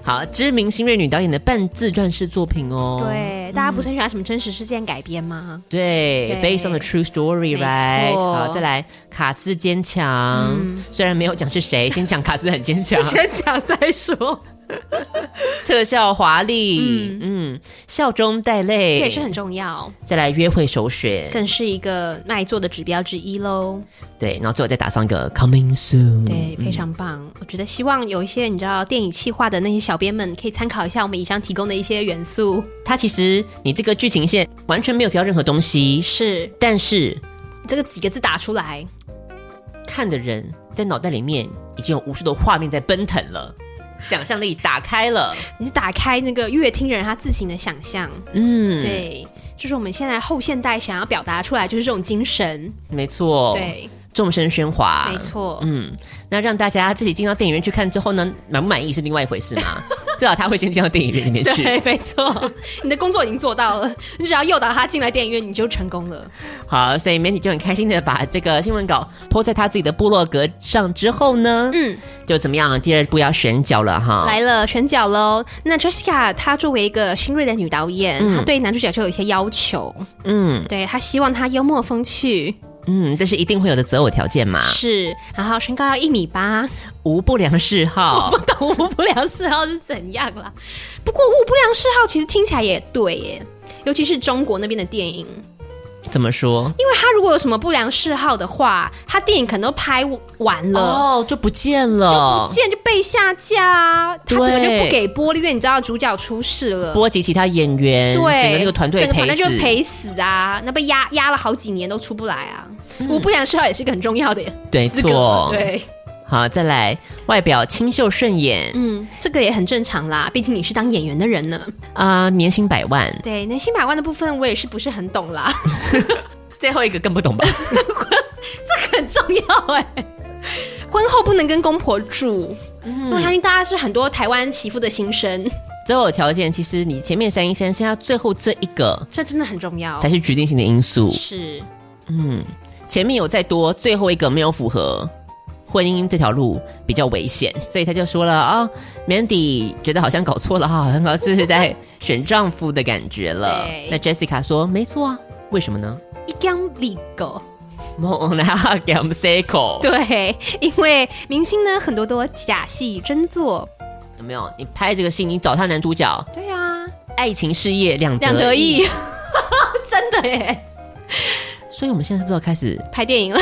S4: 好，知名新锐女导演的半自传式作品哦。
S5: 对，大家不是很喜欢什么真实事件改编 <laughs> 吗？
S4: 对
S5: 对
S4: ，based on the true
S5: 没
S4: story，right？
S5: 错嗯
S4: 好，再来卡斯坚强，虽然没有讲是谁，先讲卡斯很坚
S5: <laughs>
S4: 强，
S5: 讲再说，
S4: 特效华丽，嗯笑中带泪，
S5: 这也是很重要，
S4: 再来约会首选，
S5: 更是一个卖座的指标之一喽。
S4: 对，然后最后再打上一个 coming soon，
S5: 对，非常棒。我觉得希望有一些你知道电影企划的那些小编们可以参考一下我们以上提供的一些元素。
S4: 它其实你这个剧情线完全没有提到任何东西，
S5: 是
S4: 但是
S5: 这个几个字打出来，
S4: 看的人在脑袋里面已经有无数的画面在奔腾了，想象力打开了，
S5: 你是打开那个乐听人他自行的想象。
S4: 嗯，，
S5: 对，就是我们现在后现代想要表达出来就是这种精神。
S4: 没错，，
S5: 对，
S4: 众声喧哗，
S5: 没。错。
S4: 哦嗯，那让大家自己进到电影院去看之后呢，满不满意是另外一回事
S5: <laughs>
S4: 嘛。最好他会先进到电影院里面去。
S5: 对，没错，你的工作已经做到了，你只要诱导他进来电影院，你就成功了。
S4: 好，所以媒体就很开心的把这个新闻稿泼在他自己的部落格上之后呢，
S5: 嗯，
S4: 就怎么样？第二部要选角了哈。
S5: 来了，选角喽。那 Jessica 她作为一个新锐的女导演，她对男主角就有一些要求，
S4: 嗯
S5: 对她希望他幽默风趣，
S4: 嗯，但是一定会有的择偶条件嘛，
S5: 是，然后身高要一米八。
S4: 无不良嗜
S5: <laughs>
S4: 好。
S5: 懂 <laughs> 无不良嗜好是怎样啦？不过无不良嗜好其实听起来也对耶，尤其是中国那边的电影，
S4: 怎么说？
S5: 因为他如果有什么不良嗜好的话，他电影可能都拍完了。
S4: 哦，就不见了。
S5: 现在就被下架啊！他这个就
S4: 对
S5: 不给播了，因为你知道主角出事了。
S4: 波及其他演员，
S5: 对，
S4: 整个那个团队
S5: 整个团
S4: 赔
S5: 队
S4: 死
S5: 就。赔死啊！那被压压了好几年都出不来啊！我不良嗜好也是一个很重要的
S4: 对
S5: 资格
S4: 错，，
S5: 对，
S4: 好，再来，外表清秀顺眼，
S5: 嗯，这个也很正常啦，毕竟你是当演员的人呢。
S4: 啊、年薪百万，
S5: 对，那新百万的部分我也是不是很懂啦， <laughs>
S4: 最后一个更不懂 <laughs> 吧？
S5: 很重要哎、婚后不能跟公婆住，我相信大家是很多台湾媳妇的心声，
S4: 择偶条件其实你前面三一三，剩下最后这一个
S5: 这真的很重要
S4: 才。是决定性的因素。
S5: 是，
S4: 前面有再多，最后一个没有符合，婚姻这条路比较危险，所以他就说了啊、m a n d y 觉得好像搞错了哈，好像搞是在选丈夫的感觉了
S5: 对。
S4: 那 Jessica 说没错啊，为什么呢？ <laughs>
S5: 一江里狗。
S4: 莫拿 g a m s e c o
S5: 对，因为明星呢很多都假戏真做。
S4: 有没有？你拍这个戏，你找他男主角，
S5: 对啊，
S4: 爱情事业两
S5: 两
S4: 得
S5: 得意， <laughs> 真的耶！
S4: 所以我们现在是不是要开始
S5: 拍电影了，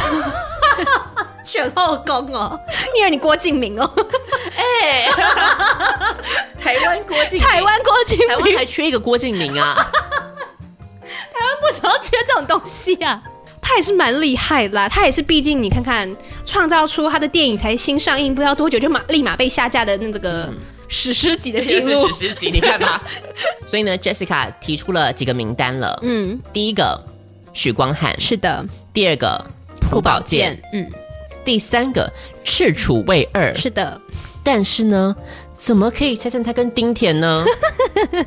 S5: 选后宫哦，你以为你郭敬明哦？
S4: <laughs> 哎
S5: <laughs>
S4: 台湾郭敬
S5: 台湾郭敬明
S4: 台 <laughs> 湾还缺一个郭敬明啊！
S5: 为什么要缺这种东西啊？他也是蛮厉害的啦，他也是，毕竟你看看，创造出他的电影才新上映不知道多久就马立马被下架的那这个史诗
S4: <laughs>
S5: 级的记
S4: 这
S5: 录
S4: 是，嗯史诗级，你看吧。 <laughs> 所以呢，Jessica 提出了几个名单了。
S5: 嗯，
S4: 第一个许光汉，
S5: 是的，
S4: 第二个朴宝剑，，
S5: 嗯，
S4: 第三个赤楚卫二。
S5: 是的，
S4: 但是呢，怎么可以拆散他跟丁田 <laughs> 呢？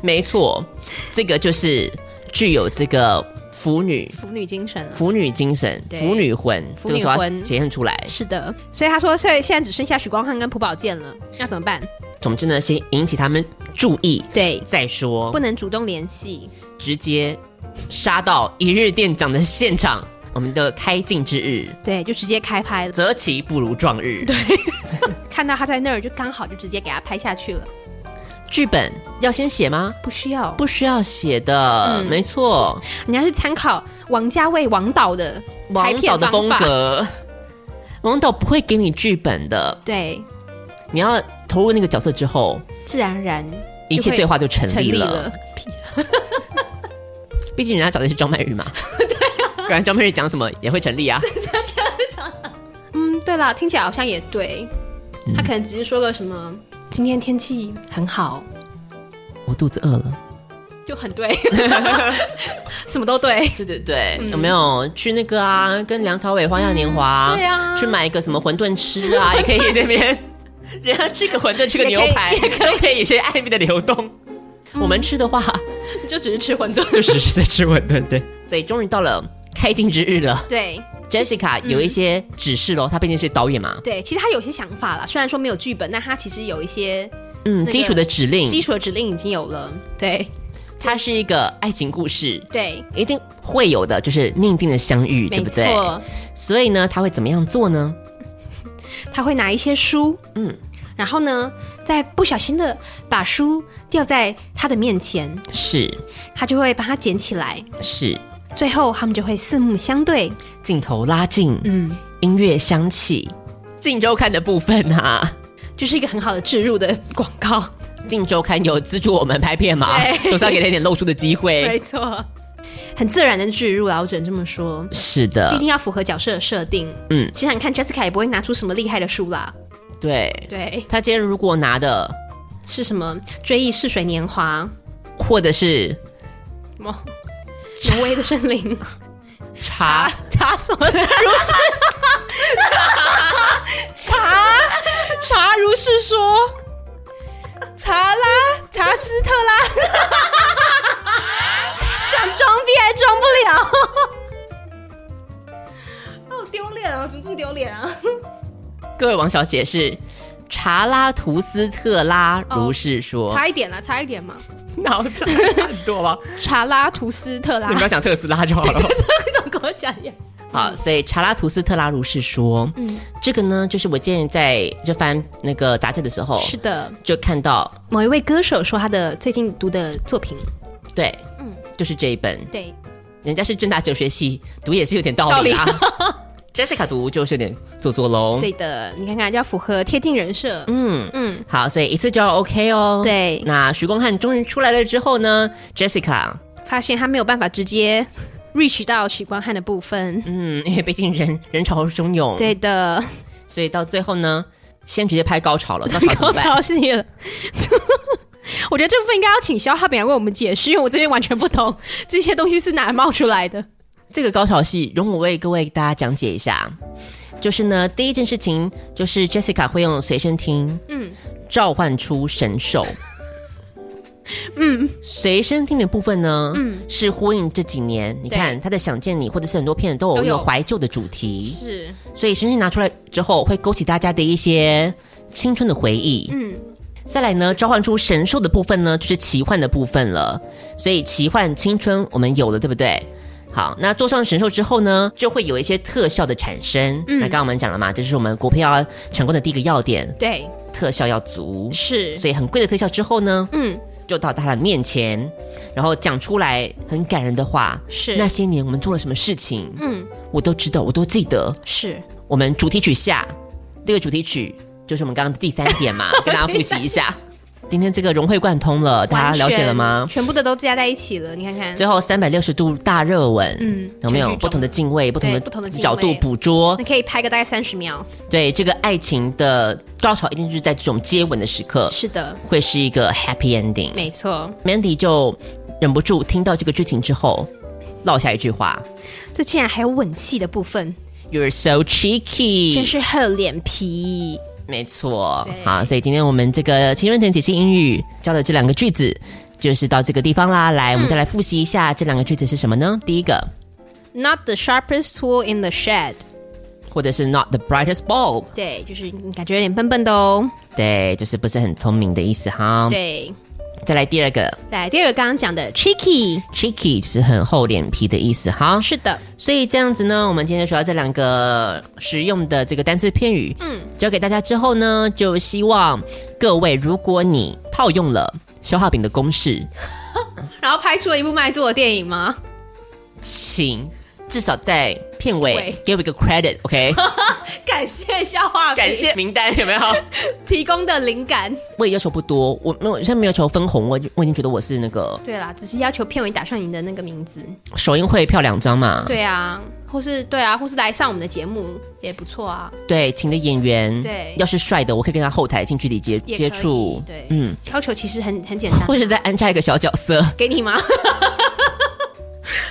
S4: 没错，这个就是具有这个腐女。
S5: 腐女精神啊，
S4: 腐女精神、
S5: 对
S4: 腐女魂，
S5: 腐
S4: 这个
S5: 女
S4: 时候要
S5: 魂
S4: 显现出来。
S5: 是的，所以他说，所以现在只剩下许光汉跟朴宝剑了，那怎么办？
S4: 总之呢，先引起他们注意，
S5: 对，
S4: 再说
S5: 不，能主动联系，
S4: 直接杀到一日店长的现场。我们的开镜之日，
S5: 对，就直接开拍了。
S4: 择其不如撞日。对，
S5: 看到他在那儿，就刚好就直接给他拍下去了，
S4: 剧本要先写吗？
S5: 不需要。
S4: 不需要写的，没错，
S5: 人家是参考王家卫王导的拍
S4: 王
S5: 片
S4: 导的风
S5: 方法，
S4: 格，王导不会给你剧本的。
S5: 对，
S4: 你要投入那个角色之后，
S5: 自然而然
S4: 一切
S5: 会
S4: 对话就成
S5: 成
S4: 立
S5: 立
S4: 了。
S5: 了。
S4: 毕竟人家找的是张曼 <laughs> 玉嘛，不然张曼玉讲什么也会成立啊。
S5: 嗯，对啦，听起来好像也对，
S4: 嗯
S5: 他可能只是说个什么，今天天气很好，
S4: <laughs> 我肚子饿了。
S5: 就很对， <laughs> 什么都对。
S4: 对对对，
S5: 嗯
S4: 有没有去那个啊？跟梁朝伟《花样年华》
S5: 对啊
S4: 去买一个什么馄饨吃
S5: <laughs>
S4: 啊，也可以那边。人家吃个馄饨，吃个
S5: 也
S4: 牛
S5: 可以嗯
S4: 排，都可以有一些暧昧的流动。我们吃的话， <laughs>
S5: 就只是吃馄饨。
S4: 就只是在吃馄饨。对，所以终于到了开镜之日了。
S5: 对嗯
S4: Jessica 有一些指示喽，她毕竟是导演嘛，
S5: 对，其实他有些想法啦，虽然说没有剧本，但他其实有一些
S4: 嗯，
S5: 那个
S4: 基础的指令，
S5: 基础的指令已经有了。对
S4: 它是一个爱情故事，
S5: 对，
S4: 一定会有的，就是命定的相遇，对
S5: 没
S4: 不
S5: 错
S4: 对？，所以呢，他会怎么样做呢？
S5: 他会拿一些书，
S4: 嗯
S5: 嗯，然后呢，再不小心的把书掉在他的面前，
S4: 是
S5: 他就会把它捡起来，
S4: 是，
S5: 最后他们就会四目相对。
S4: 镜头拉近，
S5: 嗯，
S4: 音乐响起，《镜周刊》的部分啊，
S5: 就是一个很好的置入的广告。
S4: 《镜周刊》有资助我们拍片嘛，<laughs>
S5: 对
S4: 总是要给他一点露出的机
S5: 哎
S4: 会。
S5: 错，很自然的置入啦，我只能这么说。
S4: 是
S5: 毕
S4: 的
S5: 竟，要符合角色的设定，
S4: 嗯
S5: 啊嗯，其实你看 Jessica 也不会拿出什么厉害的书啦，
S4: 对。
S5: 对，
S4: 他今天如果拿的，
S5: 是什么《追忆似水年华
S4: 或者是》
S5: 什么《挪威的森林》
S4: 茶，
S5: 查啊什么？如是查查查如是说，查拉查斯特拉，想装逼还装不了，好丢脸啊！怎么这么丢脸啊？
S4: 各位王小姐是查拉图斯特拉
S5: 哦
S4: 如是说，
S5: 差一点啦，差一点嘛。
S4: 脑残很多吧？
S5: 查拉图斯特
S4: <laughs>
S5: 拉
S4: 你不要讲特斯拉就好了。
S5: 怎 <laughs> 么跟我讲呀？
S4: <laughs> 好，所以查拉图斯特拉如是说，嗯，这个呢，就是我之前在就翻那个杂志的时候，
S5: 是的，
S4: 就看到，
S5: 某一位歌手说他的最近读的作品，
S4: 对，嗯，就是这一本，
S5: 对，
S4: 人家是正大哲学系读也是有点道理啊。Jessica <laughs> 读就是有点做作喽，
S5: 对，的，你看看要符合贴近人设，
S4: 嗯嗯
S5: 嗯，
S4: 好，所以一次就要 OK 哦。
S5: 对
S4: 那徐光汉终于出来了之后呢，Jessica，
S5: 发现他没有办法
S4: <laughs>
S5: 直接 reach 到许光汉的部分。
S4: 嗯，因为毕竟人人潮汹涌，，
S5: 对的，
S4: 所以到最后呢，先直接拍高潮了， <laughs> 高潮怎么办？
S5: 戏了。 <laughs> 我觉得这部分应该要请肖浩炳来为我们解释，因为我这边完全
S4: <laughs>
S5: 不懂这些东西是哪冒出来的。
S4: 这个高潮戏，容我为各位大家讲解一下。就是呢，第一件事情就是 Jessica 会用随身听，嗯
S5: 嗯，
S4: 召唤出神兽，嗯，随身听的部分呢，嗯，是呼应这几年，你看他的《想见你》或者是很多片都有
S5: 都有
S4: 有怀旧的主题，
S5: 是，
S4: 所以随身听拿出来之后，会勾起大家的一些青春的回忆，嗯。再来呢，召唤出神兽的部分呢，就是奇幻的部分了。所以奇幻青春我们有了，对不对？好，那坐上神兽之后呢，就会有一些特效的产生。
S5: 嗯
S4: 那刚刚我们讲了嘛，这是我们国票要成功的第一个要点，
S5: 对，
S4: 特效要足。
S5: 是，
S4: 所以很贵的特效之后呢，
S5: 嗯，
S4: 就到他的面前，然后讲出来很感人的话。
S5: 是
S4: 那些年我们做了什么事情，
S5: 嗯，
S4: 我都知道，我都记得。
S5: 是，
S4: 我们主题曲下，这个主题曲就是我们刚刚的第三点
S5: <laughs>
S4: 嘛，跟大家复习一下。今天这个融会贯通了，大家了解了
S5: 完
S4: 吗？
S5: 全全部的都加在一起了，你看看，
S4: 最后三百六十度大热吻，
S5: 嗯
S4: 有没有
S5: 全剧终
S4: 不同的敬畏、不同的
S5: 对不同的敬畏
S4: 角度捕捉
S5: 你？可以拍个大概三十秒。
S4: 对，这个爱情的高潮一定就是在这种接吻的时刻，
S5: 是的，
S4: 会是一个 happy ending。
S5: 没错，
S4: Mandy 就忍不住听到这个剧情之后，落下一句话
S5: 这竟然还有吻戏的部分，
S4: ：“You're so
S5: 真
S4: cheeky。
S5: 是厚脸皮。”
S4: 没错
S5: 对，
S4: 好，所以今天我们这个秦润腾解析英语教的这两个句子，就是到这个地方啦。来，我们再来复习一下这两个句子是什么呢？
S5: 嗯
S4: 第一个，
S5: Not the sharpest tool in the shed。
S4: 或者是 “not the brightest bulb”，
S5: 对，就是你感觉有点笨笨的哦。
S4: 对，就是不是很聪明的意思哈。，
S5: 对，
S4: 再来第二个
S5: 来第二个刚刚讲的 cheeky，
S4: ，“cheeky” 就是很厚脸皮的意思哈。
S5: 是的，
S4: 所以这样子呢，我们今天学到这两个实用的这个单字片语，嗯，教给大家之后呢，就希望各位，如果你套用了消化饼的公式，
S5: 然后拍出了一部卖座的电影吗？ <laughs>
S4: 请至少在片尾
S5: 喂
S4: 给我一个 <laughs> credit，OK？、
S5: 感谢笑话，
S4: 感谢名单有没有？ <laughs>
S5: 提供的灵感。
S4: 我也要求不多，我没有现在没有求分红，我已经我已经觉得我是那个
S5: 对啦，只是要求片尾打上你的那个名字。
S4: 首映会票两张嘛，
S5: 对啊，或是对啊，或是来上我们的节目也不错啊，
S4: 对，请的演员，
S5: 对
S4: 要是帅的，我可以跟他后台近距离接
S5: 也可以
S4: 接触，
S5: 对，
S4: 嗯
S5: 嗯，，要求其实很很简单，
S4: 或是再安插一个小角色，
S5: 给你吗？ <laughs>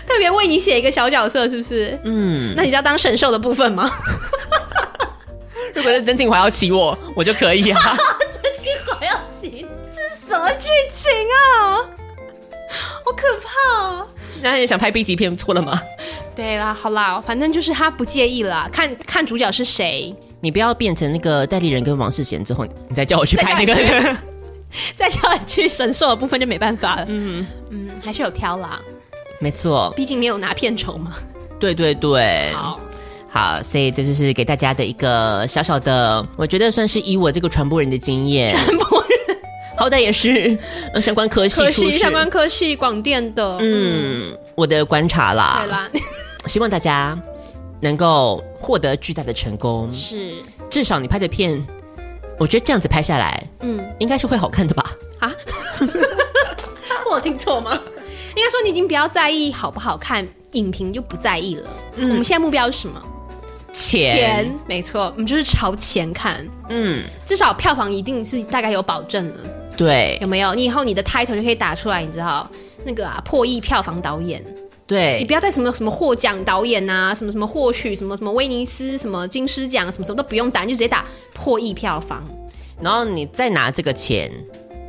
S5: 特别为你写一个小角色，是不是？
S4: 嗯。
S5: 那你是要当神兽的部分 <laughs> 吗？
S4: 如果是曾庆华要骑 <laughs> 我，我就可以啊。
S5: 真情还要情，这是什么剧情啊？可怕哦！
S4: 那也想拍 B 级片，错了吗？
S5: 对啦，好啦，反正就是他不介意啦，看看主角是谁，
S4: 你不要变成那个代理人跟王世贤之后，你再叫我去拍那
S5: 再叫
S4: 个。
S5: 再叫你去神兽的部分就没办法了。嗯嗯，还是有挑啦，
S4: <laughs> 没错，
S5: 毕竟没有拿片酬 <laughs> 嘛。
S4: 对对对，
S5: 好，
S4: 好，所以这就是给大家的一个小小的，我觉得算是以我这个传播人的经验，传播人好歹也是呃相关科系
S5: 可
S4: 出
S5: 惜
S4: 身
S5: 相关科系广电的，嗯，啊
S4: 嗯，我的观察啦，
S5: 对啦，
S4: 希望大家能够获得巨大的成功，
S5: <laughs> <laughs> 是
S4: 至少你拍的片，我觉得这样子拍下来，
S5: 嗯
S4: 应该是会好看的吧。
S5: 啊，我有听错吗？应该说你已经不要在意好不好看，影评就不在意了。我们现在目标是什么？
S4: 钱，
S5: 没错，我们就是朝钱看，
S4: 嗯，
S5: 至少票房一定是大概有保证的。
S4: 对
S5: 有没有？你以后你的 title 就可以打出来，你知道那个啊破亿票房导演，你
S4: 对
S5: 不，要再什么什么获奖导演啊，什么什么获取什么什么威尼斯什么金狮奖什么什么都不用打，你就直接打破亿票房，
S4: 然后你再拿这个钱，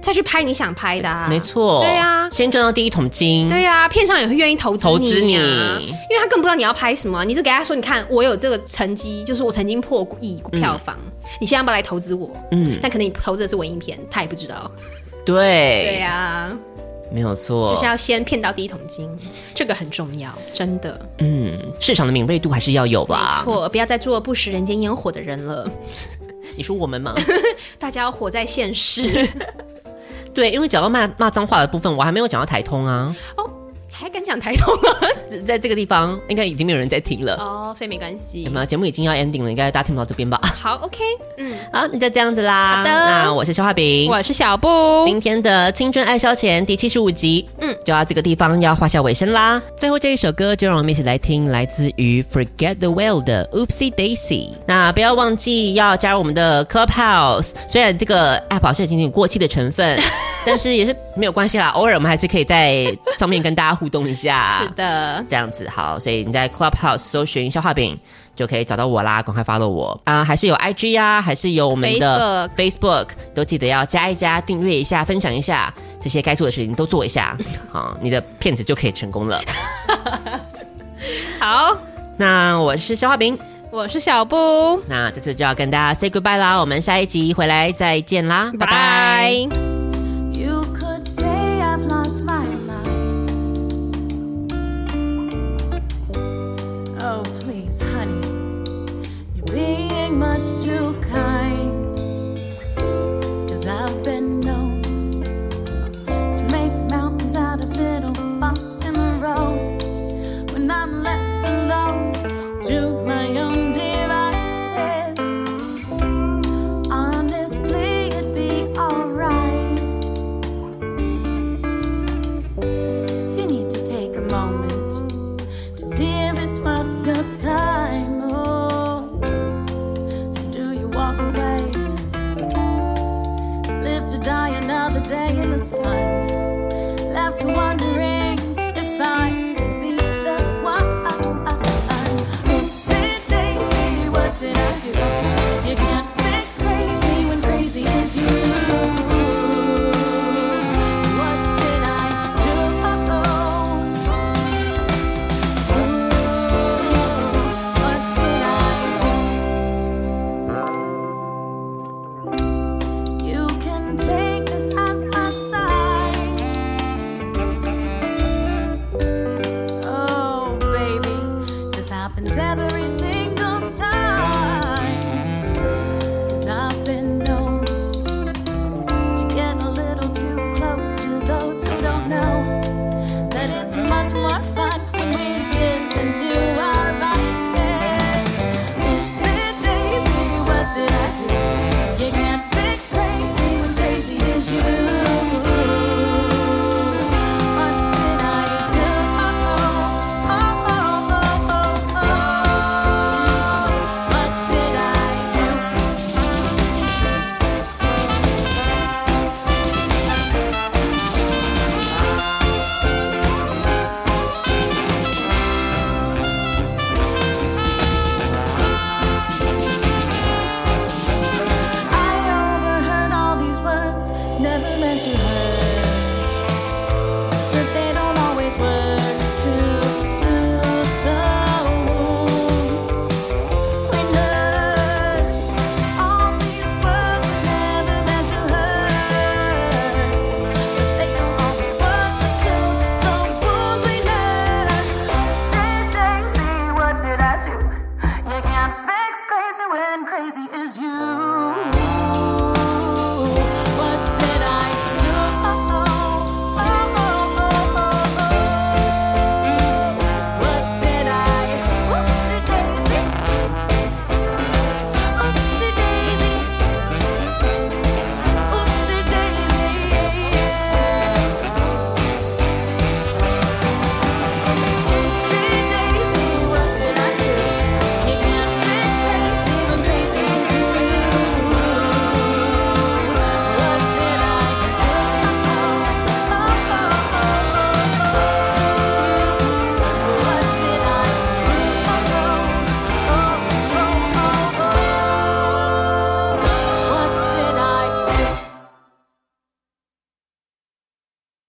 S5: 再去拍你想拍的、啊，
S4: 没。错，
S5: 对啊
S4: 先赚到第一桶金，
S5: 对呀、啊，片商也会愿意投资
S4: 投资你
S5: 你、啊，因为他更不知道你要拍什么，你就给他说，你看我有这个成绩，就是我曾经破亿票房，你现在要不要来投资我？嗯，但可能你投资的是文艺片，他也不知道。
S4: 对，
S5: 对呀、啊，
S4: 没有错，
S5: 就是要先骗到第一桶金，这个很重要，真的。
S4: 嗯，市场的敏锐度还是要有吧
S5: 没。错，不要再做不食人间烟火的人了，
S4: 你说我们 <laughs> 吗？
S5: 大家要活在现实。
S4: 对，因为讲到骂骂脏话的部分，我还没有讲到台通啊，
S5: 哦，还敢讲台啊通吗？
S4: 在在这个地方应该已经没有人在听了。哎
S5: 哦，所以没关系
S4: 有。没有节目已经要 ending 了？应该大家听不到这边吧？
S5: 好，OK，嗯，
S4: 好，那就这样子啦。
S5: 好的
S4: 那我是肖化饼，
S5: 我是小布，
S4: 今天的《青春爱消遣》第七十五集，嗯
S5: 嗯，
S4: 就到这个地方要画下尾声啦。最后这一首歌，就让我们一起来听来自于 Forget the Whale 的 Oopsie Daisy。那不要忘记要加入我们的 Clubhouse，虽然这个 app 好像已经有过期的成
S5: <laughs>
S4: 分，但是也是没有关系啦，偶尔我们还是可以在上面跟大家互动一下。
S5: 是的，
S4: 这样子好，所以你在 Clubhouse 搜寻消化饼就可以找到我啦，赶快 follow 我啊！还是有 IG 呀、还是有我们的 Facebook，都记得要加一加、订阅一下、分享一下，这些该做的事情都做一 <laughs> 下，好，你的骗子就可以成功了。
S5: 好，
S4: 那我是消化饼，
S5: 我是小布，
S4: 那这次就要跟大家 say goodbye 啦，我们下一集回来再见啦，拜拜。
S5: 拜
S6: Oh, Oh, Oh, Oh, oh.